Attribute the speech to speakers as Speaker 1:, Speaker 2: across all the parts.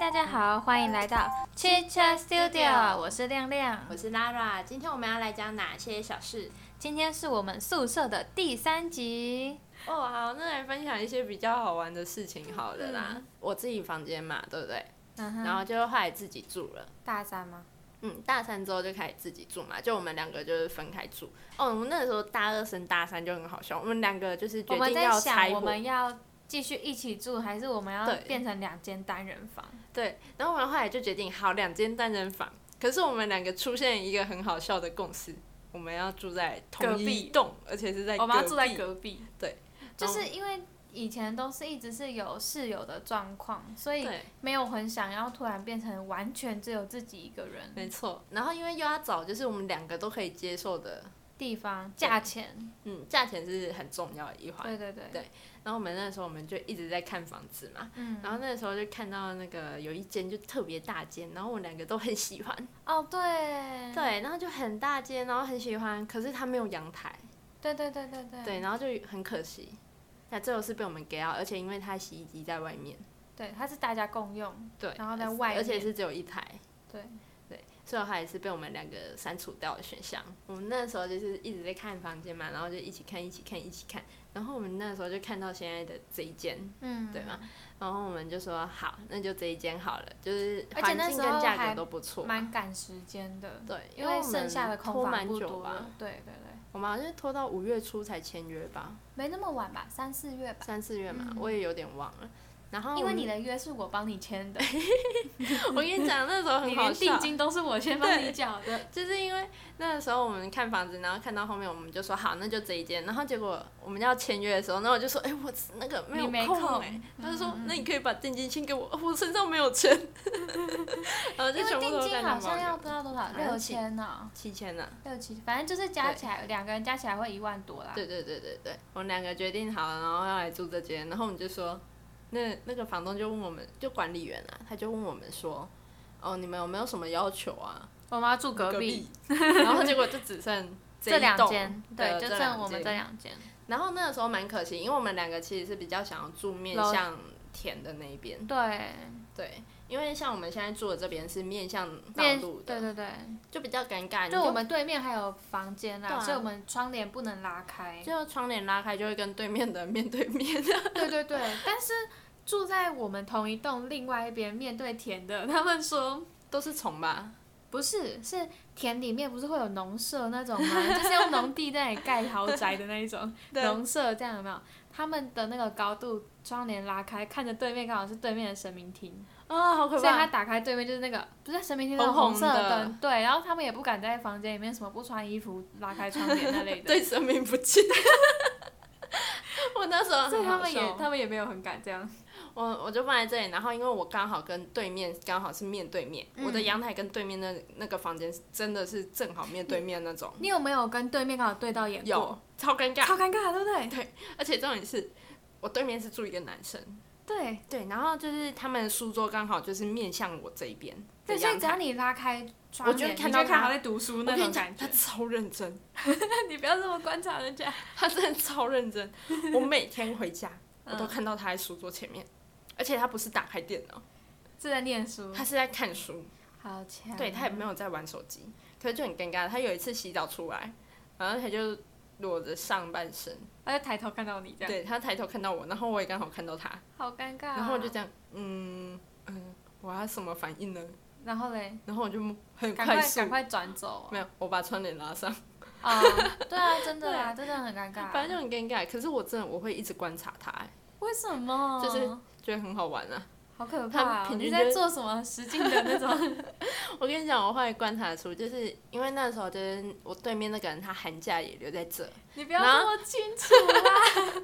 Speaker 1: 大家好，欢迎来到 Chit Chat Studio，我是亮亮。
Speaker 2: 我是 Lara，今天我们要来讲哪些小事？
Speaker 1: 今天是我们宿舍的第三集，
Speaker 2: 哦，好，那来分享一些比较好玩的事情好了啦。
Speaker 1: 嗯
Speaker 2: 我自己房间嘛，对不对？
Speaker 1: 然
Speaker 2: 然后就后来自己住了。
Speaker 1: 嗯大三吗？
Speaker 2: 嗯，大三之后就开始自己住嘛，就我们两个就是分开住。哦，我们那个时候大二升大三就很好笑，我们两个就是
Speaker 1: 我
Speaker 2: 决
Speaker 1: 们
Speaker 2: 定
Speaker 1: 在
Speaker 2: 要
Speaker 1: 想
Speaker 2: 拆
Speaker 1: 我
Speaker 2: 伙。
Speaker 1: 们要继续一起住，还是我们要
Speaker 2: 对
Speaker 1: 变成两间单人房？
Speaker 2: 对，然后我们后来就决定好两间单人房，可是我们两个出现一个很好笑的共识，我们要住在
Speaker 1: 隔
Speaker 2: 同
Speaker 1: 壁
Speaker 2: 一栋，而且是在
Speaker 1: 我们要住在
Speaker 2: 壁
Speaker 1: 隔壁。
Speaker 2: 对，
Speaker 1: 就是因为以前都是一直是有室友的状况，所以
Speaker 2: 对。
Speaker 1: 没有很想要突然变成完全只有自己一个人
Speaker 2: 没错，然后因为又要找就是我们两个都可以接受的，
Speaker 1: 地方，价钱，
Speaker 2: 嗯，价钱是很重要的一环。
Speaker 1: 对对对，
Speaker 2: 对然后我们那时候我们就一直在看房子嘛，
Speaker 1: 嗯，
Speaker 2: 然后那时候就看到那个有一间就特别大间，然后我们两个都很喜欢，
Speaker 1: 哦对，
Speaker 2: 对，然后就很大间，然后很喜欢，可是它没有阳台，
Speaker 1: 对对对对对
Speaker 2: 对，然后就很可惜。那最后是被我们给到，而且因为它洗衣机在外面，
Speaker 1: 对，它是大家共用，
Speaker 2: 对，
Speaker 1: 然后在外面
Speaker 2: 而且是只有一台，
Speaker 1: 对，
Speaker 2: 最后还是被我们两个删除掉的选项。我们那时候就是一直在看房间嘛，然后就一起看，一起看，一起看。然后我们那时候就看到现在的这一间，
Speaker 1: 嗯，
Speaker 2: 对吗？然后我们就说好，那就这一间好了，就是
Speaker 1: 而且
Speaker 2: 环
Speaker 1: 那
Speaker 2: 境
Speaker 1: 时候
Speaker 2: 跟价
Speaker 1: 还
Speaker 2: 格都不错嘛。
Speaker 1: 蛮赶时间的，
Speaker 2: 对，
Speaker 1: 因
Speaker 2: 为
Speaker 1: 为
Speaker 2: 我
Speaker 1: 剩
Speaker 2: 们
Speaker 1: 下的空
Speaker 2: 拖
Speaker 1: 房
Speaker 2: 蛮
Speaker 1: 不
Speaker 2: 久
Speaker 1: 多
Speaker 2: 吧
Speaker 1: 了，，对对对，
Speaker 2: 我们好像拖到五月初才签约吧，
Speaker 1: 没那么晚吧，三四月吧，
Speaker 2: 三四月嘛，
Speaker 1: 嗯
Speaker 2: 我也有点忘了。然后
Speaker 1: 因为
Speaker 2: 我们
Speaker 1: 你，的约是我帮你签的，
Speaker 2: 我跟你讲，那时候
Speaker 1: 你
Speaker 2: 很好
Speaker 1: 连
Speaker 2: 笑
Speaker 1: 定，金都是我先帮你缴的，
Speaker 2: 就是因为那个时候我们看房子，然后看到后面我们就说好，那就这一间。然后结果我们要签约的时候，那我就说，哎、我那个没有
Speaker 1: 你没
Speaker 2: 空
Speaker 1: 空欸嗯
Speaker 2: 哎、他就说，那你可以把定金签给我，哦我身上没有钱。 然后就
Speaker 1: 因为
Speaker 2: 全部
Speaker 1: 定
Speaker 2: 都在
Speaker 1: 金
Speaker 2: 拿
Speaker 1: 好
Speaker 2: 包
Speaker 1: 像要
Speaker 2: 的
Speaker 1: 不知道多少，
Speaker 2: 好像
Speaker 1: 六
Speaker 2: 几
Speaker 1: 千呢，
Speaker 2: 七千啊呢、
Speaker 1: 六七，反正就是加起来两个人加起来会一万多啦，
Speaker 2: 对对对对对，我们两个决定好了，然后要来住这间，然后我们就说，那那个房东就问我们，就管理员啊，他就问我们说，哦，你们有没有什么要求啊？
Speaker 1: 我们要住隔壁，
Speaker 2: 然后结果就只剩
Speaker 1: 这
Speaker 2: 一
Speaker 1: 两
Speaker 2: 栋
Speaker 1: 间，
Speaker 2: 的
Speaker 1: 对，就
Speaker 2: 这
Speaker 1: 剩
Speaker 2: 两
Speaker 1: 我们
Speaker 2: 间
Speaker 1: 这两间，
Speaker 2: 然后那个时候蛮可惜，因为我们两个其实是比较想要住面
Speaker 1: 楼
Speaker 2: 向田的那一边，
Speaker 1: 对，
Speaker 2: 对，因为像我们现在住的这边是面向道
Speaker 1: 面
Speaker 2: 路
Speaker 1: 对对
Speaker 2: 的，
Speaker 1: 对。
Speaker 2: 就比较尴尬。你
Speaker 1: 就我们对面还有房间啦，
Speaker 2: 对啊
Speaker 1: 所以我们窗帘不能拉开。
Speaker 2: 就窗帘拉开，就会跟对面的面对面。
Speaker 1: 对对对，但是住在我们同一栋另外一边面对田的，他们说
Speaker 2: 都是虫吧？
Speaker 1: 不是，是田里面不是会有农舍那种吗？ 就是用农地在那里盖豪宅的那一 种
Speaker 2: 对
Speaker 1: 农舍，这样有没有？他们的那个高度，窗帘拉开，看着对面刚好是对面的神明厅，
Speaker 2: 啊、好
Speaker 1: 所
Speaker 2: 可
Speaker 1: 以他
Speaker 2: 怕！
Speaker 1: 打开 对面就是那个不是神明厅那种
Speaker 2: 红红
Speaker 1: 红色的
Speaker 2: 的
Speaker 1: 灯，对，然后他们也不敢在房间里面什么不穿衣服拉开窗帘那类 的，
Speaker 2: 对神明不敬。 我那时候
Speaker 1: 所以
Speaker 2: 很好
Speaker 1: 他们也
Speaker 2: 笑
Speaker 1: 他们也没有很敢这样。
Speaker 2: 我我就放在这里，然后因为我刚好跟对面刚好是面对面，
Speaker 1: 嗯
Speaker 2: 我的阳台跟对面那那个房间是真的是正好面对面那种，
Speaker 1: 你有没有跟对面刚好对到眼
Speaker 2: 有超尴尬，
Speaker 1: 超尴尬，对不对？
Speaker 2: 而且重点是我对面是住一个男生，
Speaker 1: 对
Speaker 2: 对，然后就是他们的书桌刚好就是面向我这一边的
Speaker 1: 对，所以
Speaker 2: 阳
Speaker 1: 只要
Speaker 2: 台。
Speaker 1: 你拉开窗
Speaker 2: 我就
Speaker 1: 帘，
Speaker 2: 看
Speaker 1: 你
Speaker 2: 到
Speaker 1: 就
Speaker 2: 他
Speaker 1: 他在读书
Speaker 2: 我
Speaker 1: 那
Speaker 2: 跟
Speaker 1: 种
Speaker 2: 你讲，
Speaker 1: 感
Speaker 2: 他
Speaker 1: 觉。
Speaker 2: 超认真，
Speaker 1: 你不要这么观察人家。
Speaker 2: 他真的超认 真。我每天回家，我都
Speaker 1: 嗯，
Speaker 2: 看到他在书桌前面，而且他不是打开电脑，
Speaker 1: 是在念书
Speaker 2: 他，是在看书。
Speaker 1: 好强。
Speaker 2: 对他也没有在玩手机，可是就很尴尬。他有一次洗澡出来，然后他就裸着上半身，
Speaker 1: 他就抬头看到你这样，
Speaker 2: 对他抬头看到我，然后我也刚好看到他，
Speaker 1: 好尴尬啊。
Speaker 2: 然后我就这样，嗯嗯，我要什么反应呢？
Speaker 1: 然后嘞，
Speaker 2: 然后我就很
Speaker 1: 赶
Speaker 2: 快
Speaker 1: 快
Speaker 2: 速
Speaker 1: 赶，快转 走
Speaker 2: 没有，我把窗帘拉上，
Speaker 1: 啊！对啊，真的啊，真的很尴尬。
Speaker 2: 反正就很尴尬。可是我真的我会一直观察他、欸
Speaker 1: 为什么？
Speaker 2: 就是觉得很好玩啊。
Speaker 1: 好可怕哦！
Speaker 2: 他平
Speaker 1: 你
Speaker 2: 均
Speaker 1: 在
Speaker 2: 就是
Speaker 1: 做什么实境的那种？
Speaker 2: 我跟你讲，我后来观察出，就是因为那时候就是我对面那个人，他寒假也留在这，
Speaker 1: 你不要
Speaker 2: 然
Speaker 1: 这
Speaker 2: 后
Speaker 1: 么清楚啦，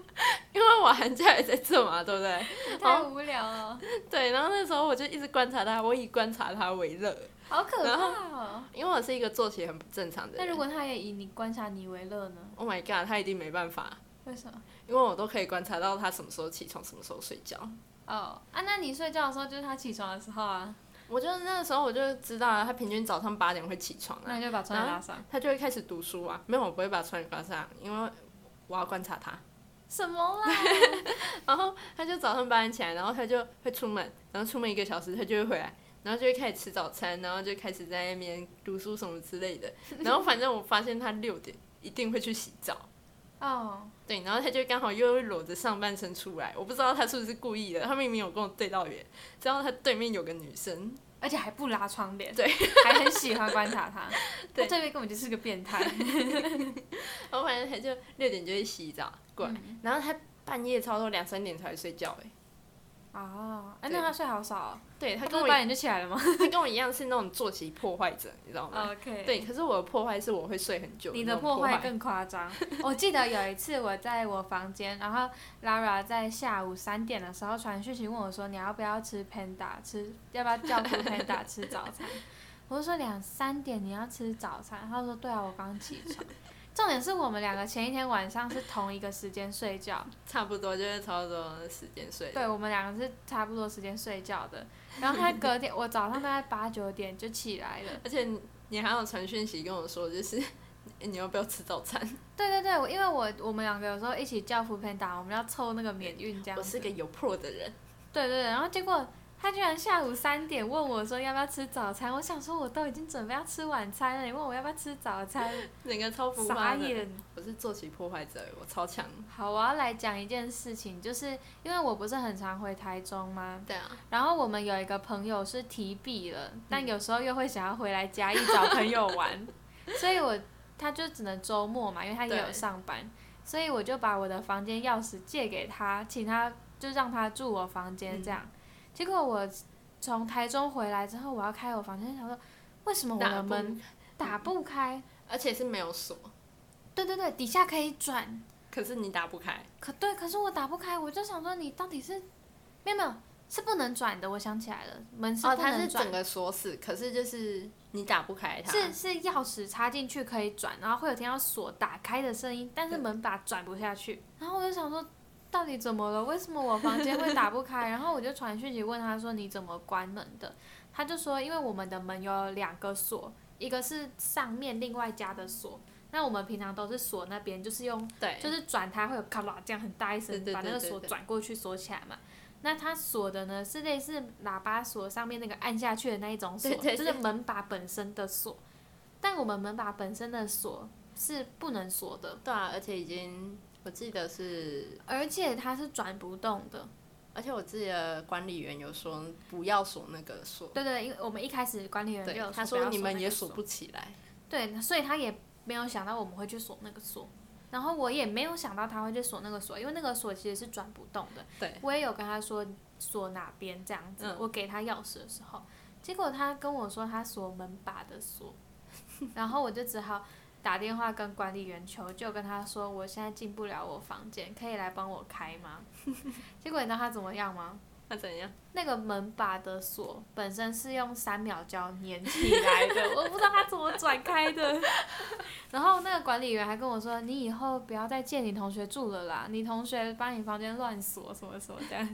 Speaker 2: 因为我寒假也在这嘛，对不对？
Speaker 1: 你
Speaker 2: 哦
Speaker 1: 太无聊了，
Speaker 2: 对，然后那时候我就一直观察他，我以观察他为乐，
Speaker 1: 好可怕
Speaker 2: 然后
Speaker 1: 哦。
Speaker 2: 因为我是一个作息很不正常的
Speaker 1: 那
Speaker 2: 人。
Speaker 1: 如果他也以你观察你为乐呢？
Speaker 2: Oh my god，他一定没办法，
Speaker 1: 为什么？
Speaker 2: 因为我都可以观察到他什么时候起床，什么时候睡觉。
Speaker 1: 哦啊，那你睡觉的时候就是他起床的时候啊，
Speaker 2: 我就是那时候我就知道啊他平均早上八点会起床
Speaker 1: 那
Speaker 2: 啊，
Speaker 1: 你就把窗帘拉上。
Speaker 2: 他就会开始读书啊。没有，我不会把窗帘关上，因为我要观察他。
Speaker 1: 什么啦？
Speaker 2: 然后他就早上八点起来，然后他就会出门，然后出门一个小时，他就会回来，然后就会开始吃早餐，然后就开始在那边读书什么之类 的。然后反正我发现他六点一定会去洗澡，
Speaker 1: 哦，
Speaker 2: 对，然后他就刚好又会裸着上半身出来，我不知道他是不是故意的，他明明有跟我对到眼，然后他对面有个女生，
Speaker 1: 而且还不拉窗帘，
Speaker 2: 对，
Speaker 1: 还很喜欢观察他。
Speaker 2: 对
Speaker 1: 他对面根本就是个变态。
Speaker 2: 然后反正他就六点就去洗澡过来，然后他半夜差不多两三点才会睡觉，哎，
Speaker 1: 哦，哎，
Speaker 2: 对
Speaker 1: 那他睡好少哦，
Speaker 2: 对他
Speaker 1: 他
Speaker 2: 跟
Speaker 1: 跟
Speaker 2: 我
Speaker 1: 八点就起来了吗哦
Speaker 2: 他 跟我一样是那种作息破坏者，你知 道吗？
Speaker 1: ？OK，
Speaker 2: 哦对，可是我的破坏是我会睡很久，
Speaker 1: 你的
Speaker 2: 的那种
Speaker 1: 破
Speaker 2: 破
Speaker 1: 坏更夸 张。我记得有一次我在我房间，然后 Lara 在下午三点的时候传讯息问我说：“你要不要吃 Panda 吃？要不要叫 Panda 吃早餐？”我就说两三点你要吃早餐，他说：“对啊，我刚起床。”重点是我们两个前一天晚上是同一个时间睡觉，
Speaker 2: 差不多就是差不多时间睡。
Speaker 1: 对我们两个是差不多时间睡觉的。然后他隔天，我早上大概八九点就起来了。
Speaker 2: 而且你你还有传讯息跟我说，就是 你要不要吃早餐？
Speaker 1: 对对对，我因为我我们两个有时候一起叫 Food Panda，我们要凑那个免运这样
Speaker 2: 我
Speaker 1: 子。
Speaker 2: 是个有破的人，
Speaker 1: 对对，对然后结果他居然下午三点问我说要不要吃早餐，我想说我都已经准备要吃晚餐了，你问我要不要吃早餐，
Speaker 2: 整个超浮夸
Speaker 1: 傻
Speaker 2: 的。
Speaker 1: 眼。
Speaker 2: 我是作息破坏者，我超强。
Speaker 1: 好，我要来讲一件事情，就是因为我不是很常回台中吗？
Speaker 2: 对啊，
Speaker 1: 然后我们有一个朋友是提笔了，
Speaker 2: 嗯
Speaker 1: 但有时候又会想要回来嘉义找朋友 玩，所以我他就只能周末嘛，因为他也有
Speaker 2: 对
Speaker 1: 上班，所以我就把我的房间钥匙借给他，请他就让他住我房
Speaker 2: 嗯
Speaker 1: 间这样。结果我从台中回来之后，我要开我房间，想说为什么我
Speaker 2: 打
Speaker 1: 的
Speaker 2: 不
Speaker 1: 门打不开？
Speaker 2: 而且是没有锁，
Speaker 1: 对对对，底下可以转，
Speaker 2: 可是你打不开。
Speaker 1: 可对，可是我打不开，我就想说你到底是没有没有是不能转的，我想起来了，门是
Speaker 2: 哦，
Speaker 1: 不
Speaker 2: 它
Speaker 1: 能
Speaker 2: 是
Speaker 1: 转
Speaker 2: 整
Speaker 1: 的、
Speaker 2: 个锁死，可是就是你打不开它。
Speaker 1: 是是钥匙插进去可以转，然后会有听到锁打开的声音，但是
Speaker 2: 对
Speaker 1: 门把转不下去。然后我就想说，到底怎么了？为什么我房间会打不开？然后我就传讯息问他说你怎么关门的？他就说因为我们的门有两个锁，一个是上面另外加的锁。那我们平常都是锁那边，就是用
Speaker 2: 对，
Speaker 1: 就是转它会有咔啦这样很大一声
Speaker 2: 对对，对
Speaker 1: 把那个
Speaker 2: 对
Speaker 1: 锁
Speaker 2: 对
Speaker 1: 转过去锁起来嘛。那它锁的呢是类似喇叭锁上面那个按下去的那一种锁，
Speaker 2: 对对对
Speaker 1: 就是门把本身的锁。但我们门把本身的锁是不能锁的，
Speaker 2: 对啊，而且已经我记得是，
Speaker 1: 而且它是转不动的。
Speaker 2: 而且我记得管理员有说不要锁那个锁，
Speaker 1: 对对，因为我们一开始管理员就
Speaker 2: 对
Speaker 1: 有，
Speaker 2: 他
Speaker 1: 说不要
Speaker 2: 你们
Speaker 1: 那
Speaker 2: 也
Speaker 1: 个
Speaker 2: 锁不起来。
Speaker 1: 对，所以他也没有想到我们会去锁那个锁，然后我也没有想到他会去锁那个锁，因为那个锁其实是转不动的。
Speaker 2: 对，
Speaker 1: 我也有跟他说锁哪边这样子，
Speaker 2: 嗯
Speaker 1: 我给他钥匙的时候，结果他跟我说他锁门把的锁， 然后我就只好。打电话跟管理员求救，跟他说我现在进不了我房间，可以来帮我开吗？ 结果你知道他怎么样吗？
Speaker 2: 那怎 样？
Speaker 1: 那个门把的锁本身是用三秒胶粘起来的， 我不知道它怎么转开的。 然后那个管理员还跟我说：“你以后不要再借你同学住了啦，你同学把你房间乱锁什么什么的。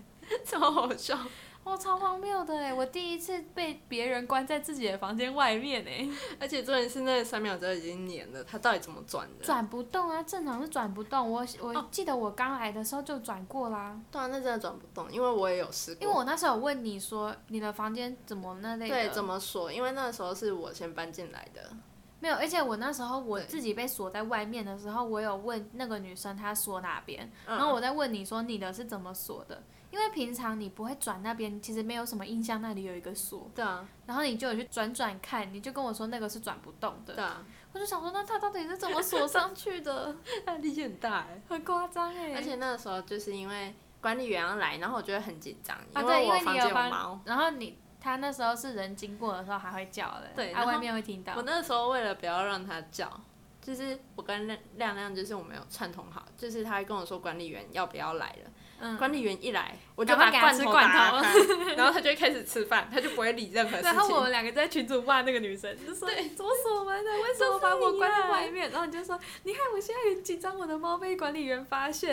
Speaker 2: 超好笑。”
Speaker 1: 哦，超荒谬的哎！我第一次被别人关在自己的房间外面哎，
Speaker 2: 而且重点是那三秒针已经粘了，它到底怎么转的？
Speaker 1: 转不动啊，正常是转不动。我
Speaker 2: 哦
Speaker 1: 我记得我刚来的时候就转过啦，
Speaker 2: 对啊，那真的转不动，因为我也有试过。
Speaker 1: 因为我那时候有问你说你的房间怎么那类的，
Speaker 2: 对怎么说？因为那时候是我先搬进来的，
Speaker 1: 没有，而且我那时候我
Speaker 2: 对
Speaker 1: 自己被锁在外面的时候，我有问那个女生她锁哪边，
Speaker 2: 嗯
Speaker 1: 然后我再问你说你的是怎么锁的，因为平常你不会转那边，其实没有什么印象那里有一个锁，
Speaker 2: 对啊，
Speaker 1: 然后你就有去转转看，你就跟我说那个是转不动
Speaker 2: 对
Speaker 1: 的，
Speaker 2: 啊，
Speaker 1: 我就想说那它到底是怎么锁上去的，
Speaker 2: 那啊力气很大哎。
Speaker 1: 很夸张哎、
Speaker 2: 而且那时候就是因为管理员要来，然后我觉得很紧张，
Speaker 1: 啊对，
Speaker 2: 为
Speaker 1: 因
Speaker 2: 我
Speaker 1: 为
Speaker 2: 房
Speaker 1: 你
Speaker 2: 间
Speaker 1: 有
Speaker 2: 猫
Speaker 1: 帮。，然后你他那时候是人经过的时候还会叫的，
Speaker 2: 对
Speaker 1: 啊
Speaker 2: 然后
Speaker 1: 外面会听到
Speaker 2: 我，那时候为了不要让它叫，就是我跟亮亮亮就是我们有串通好，就是他会跟我说管理员要不要来了。
Speaker 1: 嗯，
Speaker 2: 管理员一来，我就
Speaker 1: 赶
Speaker 2: 把
Speaker 1: 快给他
Speaker 2: 罐
Speaker 1: 吃
Speaker 2: 头
Speaker 1: 罐
Speaker 2: 打
Speaker 1: 头
Speaker 2: 开， 然后他就会开始吃饭，他就不会理任何事情。
Speaker 1: 然后我们两个在群组骂那个 女生，就说你怎么锁门的？为什么把我关在外面？然后你就说，你看我现在很紧张，我的猫被管理员发现。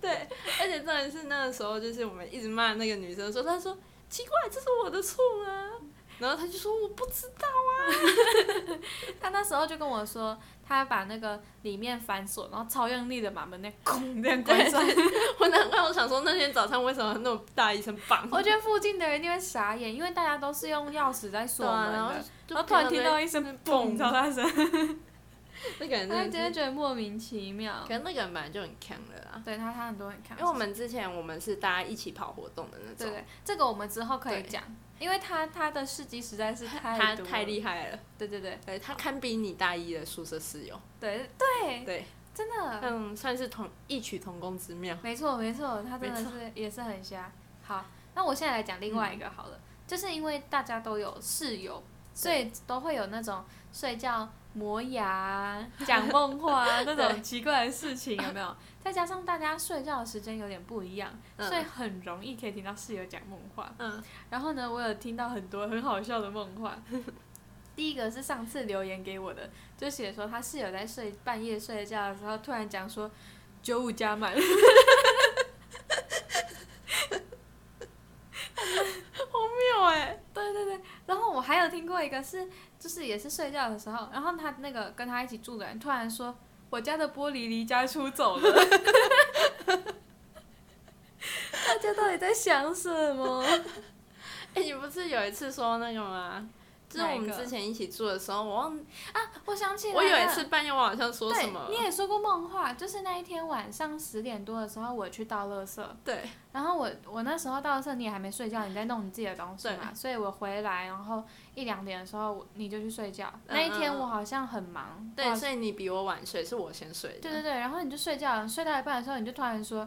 Speaker 2: 对，而且重点是那个时候，就是我们一直骂那个女生说，她说奇怪，这是我的错吗？然后他就说我不知道，
Speaker 1: 他那时候就跟我说，他把那个里面反锁，然后超用力的把门那空这样关上。
Speaker 2: 我难怪我想说那天早上为什么那么大一声棒，
Speaker 1: 我觉得附近的人一定会傻眼，因为大家都是用钥匙在锁
Speaker 2: 对
Speaker 1: 门
Speaker 2: 啊，
Speaker 1: 的。
Speaker 2: 然后就
Speaker 1: 然后突然听到一声嘣，
Speaker 2: 那
Speaker 1: 超大声，
Speaker 2: 个人
Speaker 1: 他直
Speaker 2: 真的
Speaker 1: 接
Speaker 2: 是，
Speaker 1: 觉得莫名其妙
Speaker 2: 可。能那个人本来就很强的啦，
Speaker 1: 对他，他很多人看，
Speaker 2: 因为我们之前我们是大家一起跑活动的那
Speaker 1: 对
Speaker 2: 种，
Speaker 1: 对，这个我们之后可以
Speaker 2: 对
Speaker 1: 讲，因为他他的事迹实在是
Speaker 2: 他
Speaker 1: 太多
Speaker 2: 太
Speaker 1: 了
Speaker 2: 厉害了，
Speaker 1: 对对对
Speaker 2: 对他堪比你大一的宿舍室友，
Speaker 1: 对对
Speaker 2: 对，
Speaker 1: 真的，
Speaker 2: 嗯，算是同异曲同工之妙。
Speaker 1: 没错没错，他真的
Speaker 2: 没错
Speaker 1: 是也是很瞎。好，那我现在来讲另外一个好
Speaker 2: 嗯
Speaker 1: 了，就是因为大家都有室友，所以都会有那种睡觉磨牙啊、讲梦话啊那种奇怪的事情，有没有？ 再加上大家睡觉的时间有点不一样，
Speaker 2: 嗯
Speaker 1: 所以很容易可以听到室友讲梦话。
Speaker 2: 嗯，
Speaker 1: 然后呢，我有听到很多很好笑的梦话。 第一个是上次留言给我的，就写说他室友在睡半夜睡觉的时候，突然讲说九五加 满，
Speaker 2: 没有哎、
Speaker 1: 对对对。然后我还有听过一个是，就是也是睡觉的时候，然后他那个跟他一起住的人突然说我家的玻璃离家出走了，大家到底在想什么？
Speaker 2: 哎、你不是有一次说那个吗？就是
Speaker 1: 哪一
Speaker 2: 我们
Speaker 1: 个
Speaker 2: 之前一起住的时候，我忘，
Speaker 1: 我想起来了，
Speaker 2: 我有一次半夜我好像说什么
Speaker 1: 啊对，，你也说过梦话，就是那一天晚上十点多的时候，我去倒垃圾，
Speaker 2: 对
Speaker 1: 然后我我那时候到的时候你也还没睡觉，你在弄你自己的东西嘛，所以我回来，然后一两点的时候我你就去睡觉。
Speaker 2: 嗯
Speaker 1: 那一天我好像很忙，
Speaker 2: 对，
Speaker 1: 哇
Speaker 2: 所以你比我晚睡，是我先睡的。
Speaker 1: 对对对，然后你就睡觉，睡到一半的时候你就突然说，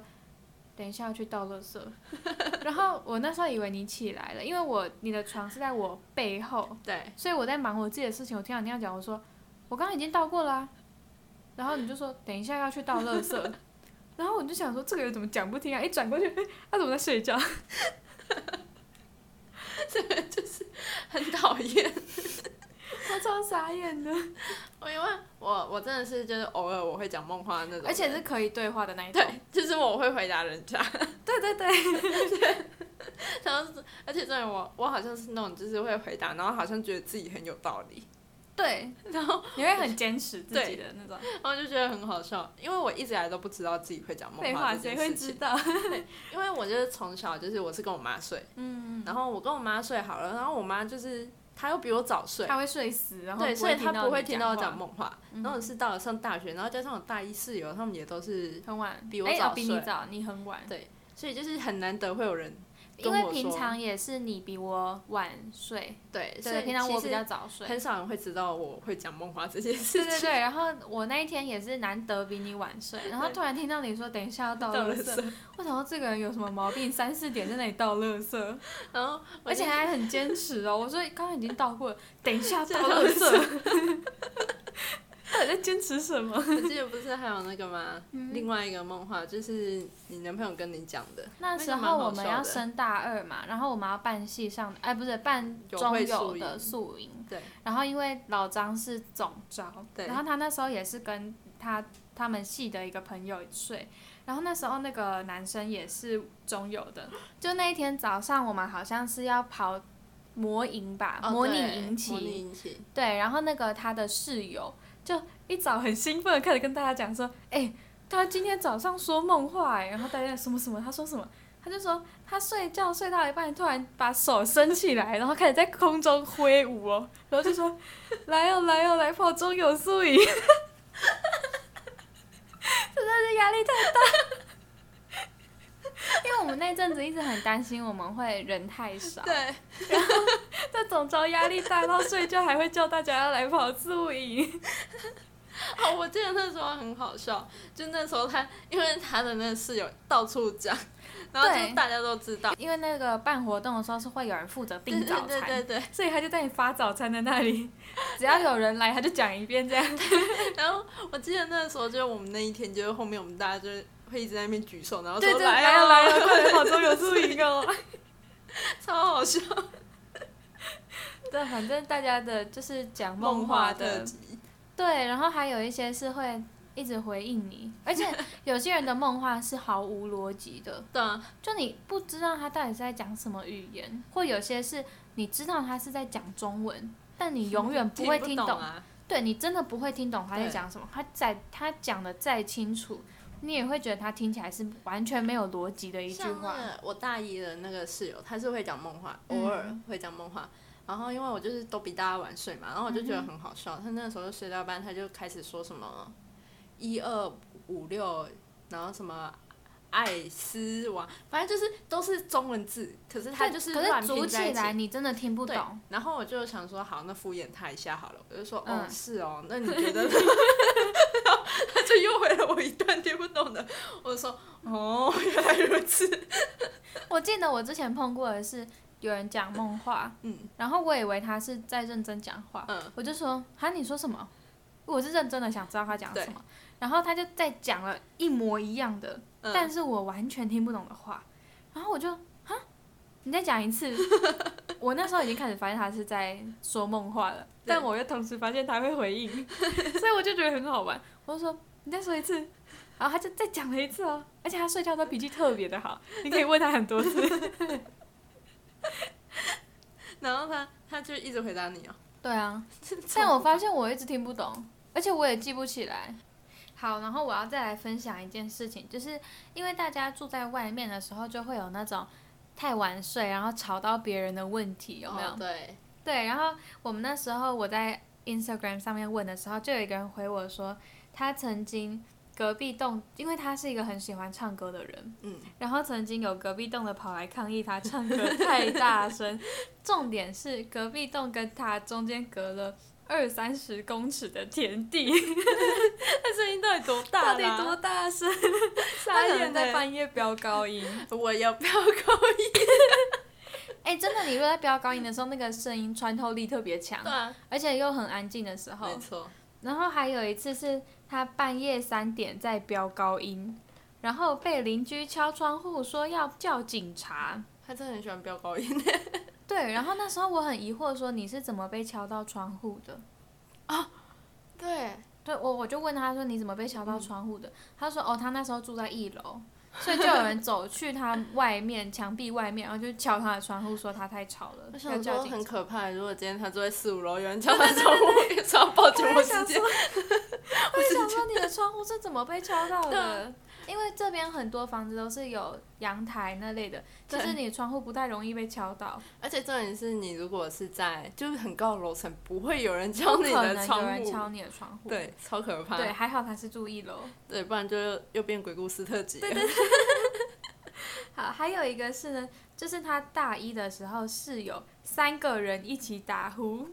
Speaker 1: 等一下要去倒垃圾， 然后我那时候以为你起来了，因为我你的床是在我背后，
Speaker 2: 对
Speaker 1: 所以我在忙我自己的事情，我听到你这样讲，我说我刚刚已经到过啦、啊然后你就说等一下要去倒垃圾， 然后我就想说这个人怎么讲不听啊？一转过去， 哎他怎么在睡觉？
Speaker 2: 很讨 厌。
Speaker 1: 我超傻眼的，
Speaker 2: 我因为我我真的是就是偶尔我会讲梦话那种 人，
Speaker 1: 而且是可以对话的那一种。
Speaker 2: 对，就是我会回答人家，
Speaker 1: 对对对
Speaker 2: 然后是而且真的我我好像是那种就是会回答，然后好像觉得自己很有道理，
Speaker 1: 对，
Speaker 2: 然后
Speaker 1: 你会很坚持自己的那种。
Speaker 2: 然后就觉得很好笑，因为我一直以来都不知道自己会讲梦
Speaker 1: 废
Speaker 2: 话
Speaker 1: 话，
Speaker 2: 这
Speaker 1: 谁
Speaker 2: 件
Speaker 1: 会
Speaker 2: 事
Speaker 1: 知
Speaker 2: 情，
Speaker 1: 道？
Speaker 2: 因为我就是从小就是我是跟我妈睡，
Speaker 1: 嗯，
Speaker 2: 然后我跟我妈睡好了，然后我妈就是她又比我早 睡，
Speaker 1: 他会睡死，然后
Speaker 2: 对，所以她
Speaker 1: 不
Speaker 2: 不会
Speaker 1: 会
Speaker 2: 听
Speaker 1: 听
Speaker 2: 到
Speaker 1: 到
Speaker 2: 我
Speaker 1: 你
Speaker 2: 讲
Speaker 1: 话，嗯
Speaker 2: 梦话。然后是到了上大学，然后加上我大一室友，他们也都是，
Speaker 1: 很晚，
Speaker 2: 比我
Speaker 1: 哎
Speaker 2: 早
Speaker 1: 哦比你
Speaker 2: 睡
Speaker 1: 早，你很晚。
Speaker 2: 所以就是很难得会有人
Speaker 1: 因
Speaker 2: 跟
Speaker 1: 为
Speaker 2: 我
Speaker 1: 平
Speaker 2: 说
Speaker 1: 常也是你比我晚睡，
Speaker 2: 对，所
Speaker 1: 对，
Speaker 2: 以
Speaker 1: 平常我比
Speaker 2: 其实
Speaker 1: 较早睡。
Speaker 2: 很少人会知道我会讲梦话这件事
Speaker 1: 对
Speaker 2: 情。
Speaker 1: 对对，然后我那一天也是难得比你晚 睡，然后
Speaker 2: 对
Speaker 1: 突然听到你说等一下要倒
Speaker 2: 到
Speaker 1: 垃
Speaker 2: 了
Speaker 1: 圾，
Speaker 2: 色，
Speaker 1: 我想到这个人有什么毛病，三四点在那里倒垃圾，
Speaker 2: 然后我
Speaker 1: 而且
Speaker 2: 就
Speaker 1: 还很坚持哦。我说刚刚已经倒过了，等一 下
Speaker 2: 这
Speaker 1: 倒
Speaker 2: 倒
Speaker 1: 垃
Speaker 2: 垃
Speaker 1: 圾， 到底在坚持什么？
Speaker 2: 我记得不是还有那个 吗？
Speaker 1: 嗯
Speaker 2: 另外一个梦话就是你男朋友跟你讲的，
Speaker 1: 那
Speaker 2: 个
Speaker 1: 时
Speaker 2: 蛮
Speaker 1: 候
Speaker 2: 好
Speaker 1: 我们
Speaker 2: 笑
Speaker 1: 要
Speaker 2: 的
Speaker 1: 升大二嘛，然后我们要办系上，哎，不是办
Speaker 2: 友
Speaker 1: 中
Speaker 2: 会
Speaker 1: 友
Speaker 2: 宿
Speaker 1: 的
Speaker 2: 营
Speaker 1: 宿营，
Speaker 2: 对
Speaker 1: 然后因为老张是总招，
Speaker 2: 对
Speaker 1: 然后他那时候也是跟他他们系的一个朋友睡，然后那时候那个男生也是中友的，就那一天早上我们好像是要跑模营吧，
Speaker 2: 哦
Speaker 1: 啊模拟
Speaker 2: 对
Speaker 1: 营
Speaker 2: 模拟
Speaker 1: 期，
Speaker 2: 引起，
Speaker 1: 对，然后那个他的室友就一早很兴奋地开始跟大家讲说，哎、他今天早上说梦话、哎，然后大家什么什么，他说什么。他就说他睡觉睡到一半，突然把手伸起来，然后开始在空中挥舞哦，然后就说：“来哦，来哦，来跑中有素 营。”真的是压力太大， 因为我们那阵子一直很担心我们会人太少，
Speaker 2: 对，
Speaker 1: 这总招压力大到睡觉还会叫大家要来跑宿营。
Speaker 2: 哦，我记得那时候很好笑，就那时候他因为他的那个室友到处讲，然后
Speaker 1: 对
Speaker 2: 就大家都知道，
Speaker 1: 因为那个办活动的时候是会有人负责 订早餐，
Speaker 2: 对对对
Speaker 1: 所以他就在你发早餐的那里， 只要有人来他就讲一遍这 样。
Speaker 2: 对。然后我记得那时候就是我们那一天，就是后面我们大家就是会一直在那边举手，然后
Speaker 1: 对
Speaker 2: 说
Speaker 1: 对，
Speaker 2: 来
Speaker 1: 来
Speaker 2: 啊
Speaker 1: 啊来
Speaker 2: 来
Speaker 1: 啊，
Speaker 2: 啊，
Speaker 1: 快来跑中有宿营哦！
Speaker 2: 超好笑。
Speaker 1: 对，反正大家的就是讲梦话的
Speaker 2: 特，辑，
Speaker 1: 对，然后还有一些是会一直回应你，而且有些人的梦话是毫无逻辑的，
Speaker 2: 对啊，
Speaker 1: 就你不知道他到底是在讲什么语言，或有些是你知道他是在讲中文，但你永远不会 听懂，
Speaker 2: 懂啊。
Speaker 1: 对你真的不会听懂他在
Speaker 2: 对
Speaker 1: 讲什么。他在他讲的再清楚，你也会觉得他听起来是完全没有逻辑的一句
Speaker 2: 像
Speaker 1: 话。
Speaker 2: 那个我大一的那个室友，他是会讲梦话，
Speaker 1: 嗯
Speaker 2: 偶尔会讲梦话。然后因为我就是都比大家晚睡嘛，然后我就
Speaker 1: 嗯
Speaker 2: 觉得很好笑。他那时候就睡到一半，他就开始说什么一二五六，然后什么爱斯王，反正就是都是中文字，可是他
Speaker 1: 对
Speaker 2: 就是
Speaker 1: 可
Speaker 2: 乱
Speaker 1: 是
Speaker 2: 拼
Speaker 1: 组
Speaker 2: 在
Speaker 1: 起
Speaker 2: 一起
Speaker 1: 来你真的听不
Speaker 2: 对
Speaker 1: 懂，
Speaker 2: 然后我就想说，好，那敷衍他一下好了。我就说，哦，
Speaker 1: 嗯
Speaker 2: 是哦，那你觉得呢？ 然后他就又回了我一段听不懂的。我就说，哦，原来如此。
Speaker 1: 我记得我之前碰过的是有人讲梦话，
Speaker 2: 嗯
Speaker 1: 然后我以为他是在认真讲话，
Speaker 2: 嗯
Speaker 1: 我就说哈你说什么？我是认真的想知道他讲了
Speaker 2: 对
Speaker 1: 什么，然后他就再讲了一模一样的，
Speaker 2: 嗯
Speaker 1: 但是我完全听不懂的话，然后我就哈你再讲一 次，我那时候已经开始发现他是在说梦话了，
Speaker 2: 对
Speaker 1: 但我又同时发现他会回 应，所以我就觉得很好玩，我就说你再说一次，然后他就再讲了一次哦，而且他睡觉都脾气特别的好，你可以问他很多次。
Speaker 2: 然后他他就一直回答你哦。
Speaker 1: 对啊，但我发现我一直听不懂，而且我也记不起来。好，然后我要再来分享一件事情，就是因为大家住在外面的时候，就会有那种太晚睡，然后吵到别人的问题，有没有？
Speaker 2: 哦对，
Speaker 1: 对，然后我们那时候我在 Instagram 上面问的时候，就有一个人回我说，他曾经隔壁栋，因为他是一个很喜欢唱歌的人，
Speaker 2: 嗯，
Speaker 1: 然后曾经有隔壁栋的跑来抗议他唱歌太大 声，重点是隔壁栋跟他中间隔了。二三十公尺的田 地，
Speaker 2: 那声音到底多大
Speaker 1: 到
Speaker 2: 啦？
Speaker 1: 底多大声？
Speaker 2: 傻
Speaker 1: 他可
Speaker 2: 眼
Speaker 1: 能在半夜飙高音。
Speaker 2: 欸我要不要高音？
Speaker 1: 哎、真的，你如果在飙高音的时候，那个声音穿透力特别强，
Speaker 2: 对啊，
Speaker 1: 而且又很安静的时候，
Speaker 2: 没错。
Speaker 1: 然后还有一次是他半夜三点在飙高音，然后被邻居敲窗户说要叫警察。
Speaker 2: 他真的很喜欢飙高 音。
Speaker 1: 对，然后那时候我很疑惑说你是怎么被敲到窗户的？
Speaker 2: 对，
Speaker 1: 对我我就问他说你怎么被
Speaker 2: 嗯
Speaker 1: 敲到窗户的？他说哦他那时候住在一楼，所以就有人走去他外面墙壁外面，然后就敲他的窗户说他太吵了
Speaker 2: 我，
Speaker 1: 要
Speaker 2: 想
Speaker 1: 叫
Speaker 2: 说
Speaker 1: 警察
Speaker 2: 很。可怕。如果今天他坐在四五楼，有人敲他窗户，也是要报警，
Speaker 1: 我
Speaker 2: 我
Speaker 1: 也
Speaker 2: 直
Speaker 1: 想
Speaker 2: 接
Speaker 1: 说，我也想说你的窗户是怎么被敲到
Speaker 2: 啊
Speaker 1: 的？因为这边很多房子都是有阳台那类的，其实
Speaker 2: 对
Speaker 1: 你窗户不太容易被敲到，
Speaker 2: 而且重点是你如果是在就是很高的楼层，不会有人敲
Speaker 1: 不
Speaker 2: 你
Speaker 1: 可
Speaker 2: 的
Speaker 1: 能有
Speaker 2: 窗
Speaker 1: 人
Speaker 2: 户，
Speaker 1: 敲你的窗户。
Speaker 2: 对，超可怕，
Speaker 1: 对，还好他是住一楼。
Speaker 2: 对不然就又变鬼故事特辑了。
Speaker 1: 好，还有一个是呢，就是他大一的时候室友三个人一起打呼，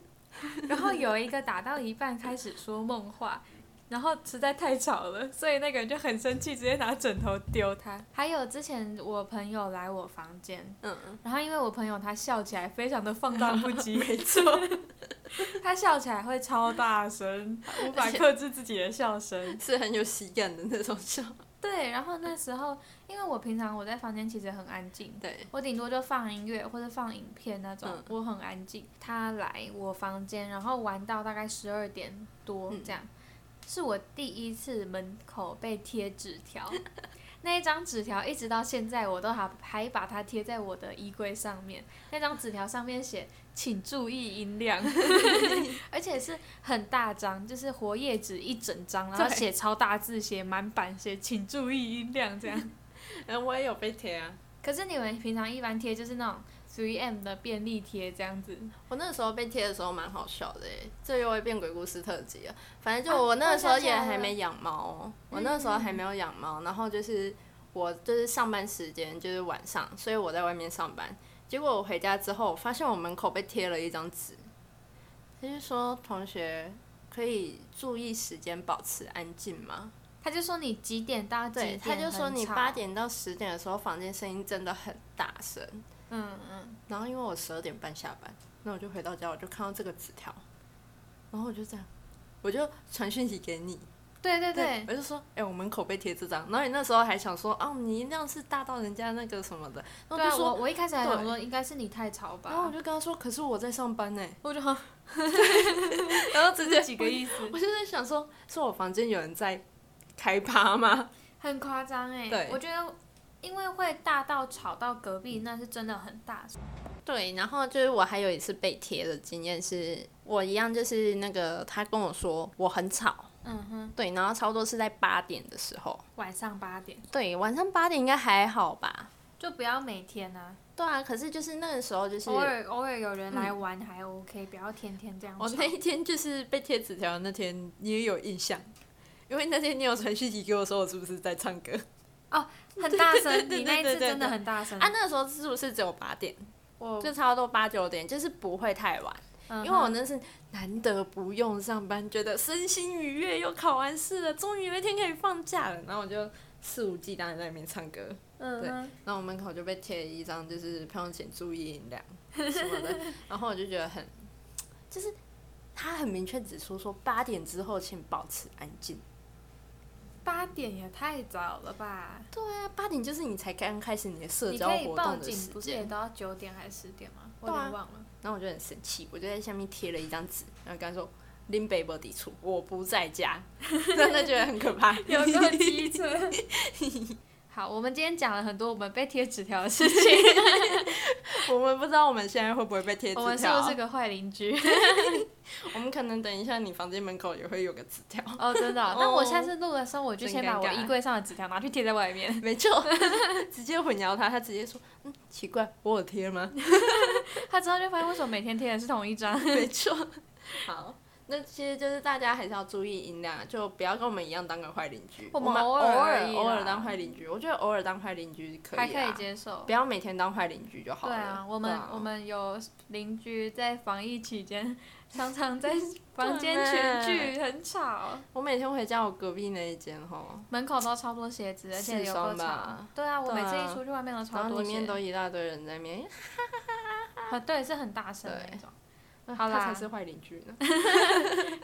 Speaker 1: 然后有一个打到一半开始说梦话，然后实在太吵了，所以那个人就很生气，直接拿枕头丢他。还有之前我朋友来我房间，
Speaker 2: 嗯，
Speaker 1: 然后因为我朋友他笑起来非常的放荡不羁，
Speaker 2: 没错，
Speaker 1: 他笑起来会超大 声，无法克制自己的笑声。
Speaker 2: 是很有喜感的那种笑。
Speaker 1: 对，然后那时候因为我平常我在房间其实很安静，
Speaker 2: 对，
Speaker 1: 我顶多就放音乐或者放影片那种，
Speaker 2: 嗯
Speaker 1: 我很安静。他来我房间，然后玩到大概十二点多
Speaker 2: 嗯
Speaker 1: 这样，是我第一次门口被贴纸 条，那一张纸条一直到现在我都还还把它贴在我的衣柜上面。那张纸条上面写“请注意音量”， 而且是很大张，就是活页纸一整张，然后
Speaker 2: 对
Speaker 1: 写超大字，写满版，写“请注意音量”这样。
Speaker 2: 嗯，我也有被贴啊。
Speaker 1: 可是你们平常一般贴就是那种 3M 的便利贴这样子，
Speaker 2: 我那个时候被贴的时候蛮好笑的耶，这又会变鬼故事特辑了。反正
Speaker 1: 啊
Speaker 2: 就我那个时候
Speaker 1: 我想起
Speaker 2: 也
Speaker 1: 来了
Speaker 2: 还没养猫哦、我那个时候还没有养猫，然后就是我就是上班时间就是晚上，所以我在外面上班。结果我回家之后，我发现我门口被贴了一张纸，就是说同学可以注意时间，保持安静吗？
Speaker 1: 他就说你几点到几
Speaker 2: 对，
Speaker 1: 点，
Speaker 2: 他就说
Speaker 1: 很
Speaker 2: 你
Speaker 1: 吵
Speaker 2: 八，点到十点的时候，房间声音真的很大声。
Speaker 1: 嗯嗯，
Speaker 2: 然后因为我十二点半下班，那我就回到家，我就看到这个纸条，然后我就这样，我就传讯息给你，
Speaker 1: 对对对，
Speaker 2: 我就说，哎、我门口被贴这张，然后你那时候还想说，哦，你那样是大到人家那个什么的，然后
Speaker 1: 对
Speaker 2: 我
Speaker 1: 啊，
Speaker 2: 就
Speaker 1: 我
Speaker 2: 说，
Speaker 1: 我一开始还想
Speaker 2: 对
Speaker 1: 说应该是你太吵吧，
Speaker 2: 然后我就跟他说，可是我在上班 呢，
Speaker 1: 我就好，
Speaker 2: 然后直接
Speaker 1: 这几个意思，
Speaker 2: 我就在想说，是我房间有人在开趴吗？
Speaker 1: 很夸张哎，
Speaker 2: 对
Speaker 1: 我觉得因为会大到吵到隔壁，那是真的很大声。
Speaker 2: 对，然后就是我还有一次被贴的经验是，我一样就是那个他跟我说我很吵，
Speaker 1: 嗯哼，
Speaker 2: 对，然后差不多是在八点的时候，
Speaker 1: 晚上八点
Speaker 2: 对，晚上八点应该还好吧？
Speaker 1: 就不要每天啊，
Speaker 2: 对啊，可是就是那个时候就是
Speaker 1: 偶尔偶尔有人来玩还 OK，、不要天天这样
Speaker 2: 我
Speaker 1: 吵
Speaker 2: 那一天就是被贴纸条的那天，你也有印象，因为那天你有传讯息给我说我是不是在唱歌
Speaker 1: 嗯很大声，
Speaker 2: 对对对
Speaker 1: 你那一次
Speaker 2: 对对
Speaker 1: 真的
Speaker 2: 对
Speaker 1: 很大声
Speaker 2: 啊？那个时候是不是只有八点？
Speaker 1: 我
Speaker 2: 就差不多八九点，就是不会太晚，
Speaker 1: 嗯哼
Speaker 2: 因为我那是难得不用上班，觉得身心愉悦，又考完试了，终于有一天可以放假了，然后我就肆无忌惮的在那边唱歌，
Speaker 1: 嗯
Speaker 2: 对
Speaker 1: 哼
Speaker 2: 然后我门口就被贴了一张就是朋友请注意 饮料什么的，然后我就觉得很，就是他很明确指出说八点之后请保持安静。
Speaker 1: 八点也太早了吧？
Speaker 2: 对啊，八点就是你才刚开始你的社
Speaker 1: 你
Speaker 2: 交
Speaker 1: 可以
Speaker 2: 活
Speaker 1: 报
Speaker 2: 动的
Speaker 1: 警，
Speaker 2: 时
Speaker 1: 不是也
Speaker 2: 间，
Speaker 1: 都要九点还是十点吗？我
Speaker 2: 对
Speaker 1: 有
Speaker 2: 啊
Speaker 1: 点忘了。
Speaker 2: 然后我就很生气，我就在下面贴了一张纸，然后跟他说林北伯抵触，我不在 家，真的觉得很可 怕。
Speaker 1: 有够机车。 好，我们今天讲了很多我们被贴纸条的事 情，
Speaker 2: 我们不知道我们现在会不会被贴纸条，
Speaker 1: 我们是不是个坏邻 居？
Speaker 2: 我们可能等一下你房间门口也会有个纸条。
Speaker 1: 哦，真的哦、那
Speaker 2: 哦
Speaker 1: 我下次录的时候，我就
Speaker 2: 真
Speaker 1: 先把
Speaker 2: 尴
Speaker 1: 我
Speaker 2: 尬
Speaker 1: 衣柜上的纸条拿去贴在外 面。
Speaker 2: 没错，直接混淆他，他直接说，嗯，奇怪，我有贴吗？
Speaker 1: 他之后就发现为什么每天贴的是同一张。
Speaker 2: 没错。好，那其实就是大家还是要注意音量，就不要跟我们一样当个坏邻居。
Speaker 1: 我
Speaker 2: 我
Speaker 1: 们
Speaker 2: 偶
Speaker 1: 偶尔而已啦
Speaker 2: 偶尔当坏邻居，我觉得偶尔当坏邻居可以，啊
Speaker 1: 还可以，接受
Speaker 2: 不。要每天当坏邻居就好
Speaker 1: 对
Speaker 2: 了。
Speaker 1: 啊，我们、
Speaker 2: 对啊
Speaker 1: 我们有邻居在防疫期间，常常 在房间群
Speaker 2: 对
Speaker 1: 聚，很吵，
Speaker 2: 我每天回家，我隔壁那一间吼，
Speaker 1: 门口都超多鞋子，而且
Speaker 2: 四
Speaker 1: 有
Speaker 2: 双
Speaker 1: 够吵
Speaker 2: 吧。
Speaker 1: 对啊，我
Speaker 2: 对
Speaker 1: 每
Speaker 2: 啊
Speaker 1: 次一出去外面都超
Speaker 2: 然后
Speaker 1: 多
Speaker 2: 里面
Speaker 1: 鞋，
Speaker 2: 都一大堆人在那边，
Speaker 1: 啊，对，是很大声
Speaker 2: 对
Speaker 1: 那种。
Speaker 2: 哎
Speaker 1: 好啦
Speaker 2: 他才是坏邻居呢。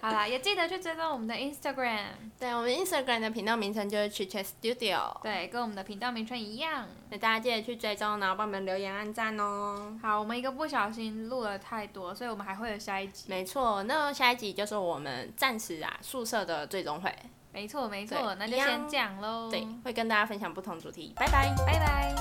Speaker 1: 好啦，也记得去追踪我们的 Instagram，
Speaker 2: 对，我们 Instagram 的频道名称就是 Chit Chat Studio，
Speaker 1: 对，跟我们的频道名称一样。
Speaker 2: 那大家记得去追踪，然后帮我们留言、按赞哦。
Speaker 1: 好，我们一个不小心录了太多，所以我们还会有下一集。
Speaker 2: 没错，那下一集就是我们暂时啊宿舍的最终会，
Speaker 1: 没错，没
Speaker 2: 对
Speaker 1: 错，那就
Speaker 2: 一样
Speaker 1: 先这样喽。
Speaker 2: 对，会跟大家分享不同主题。拜拜。
Speaker 1: 拜拜。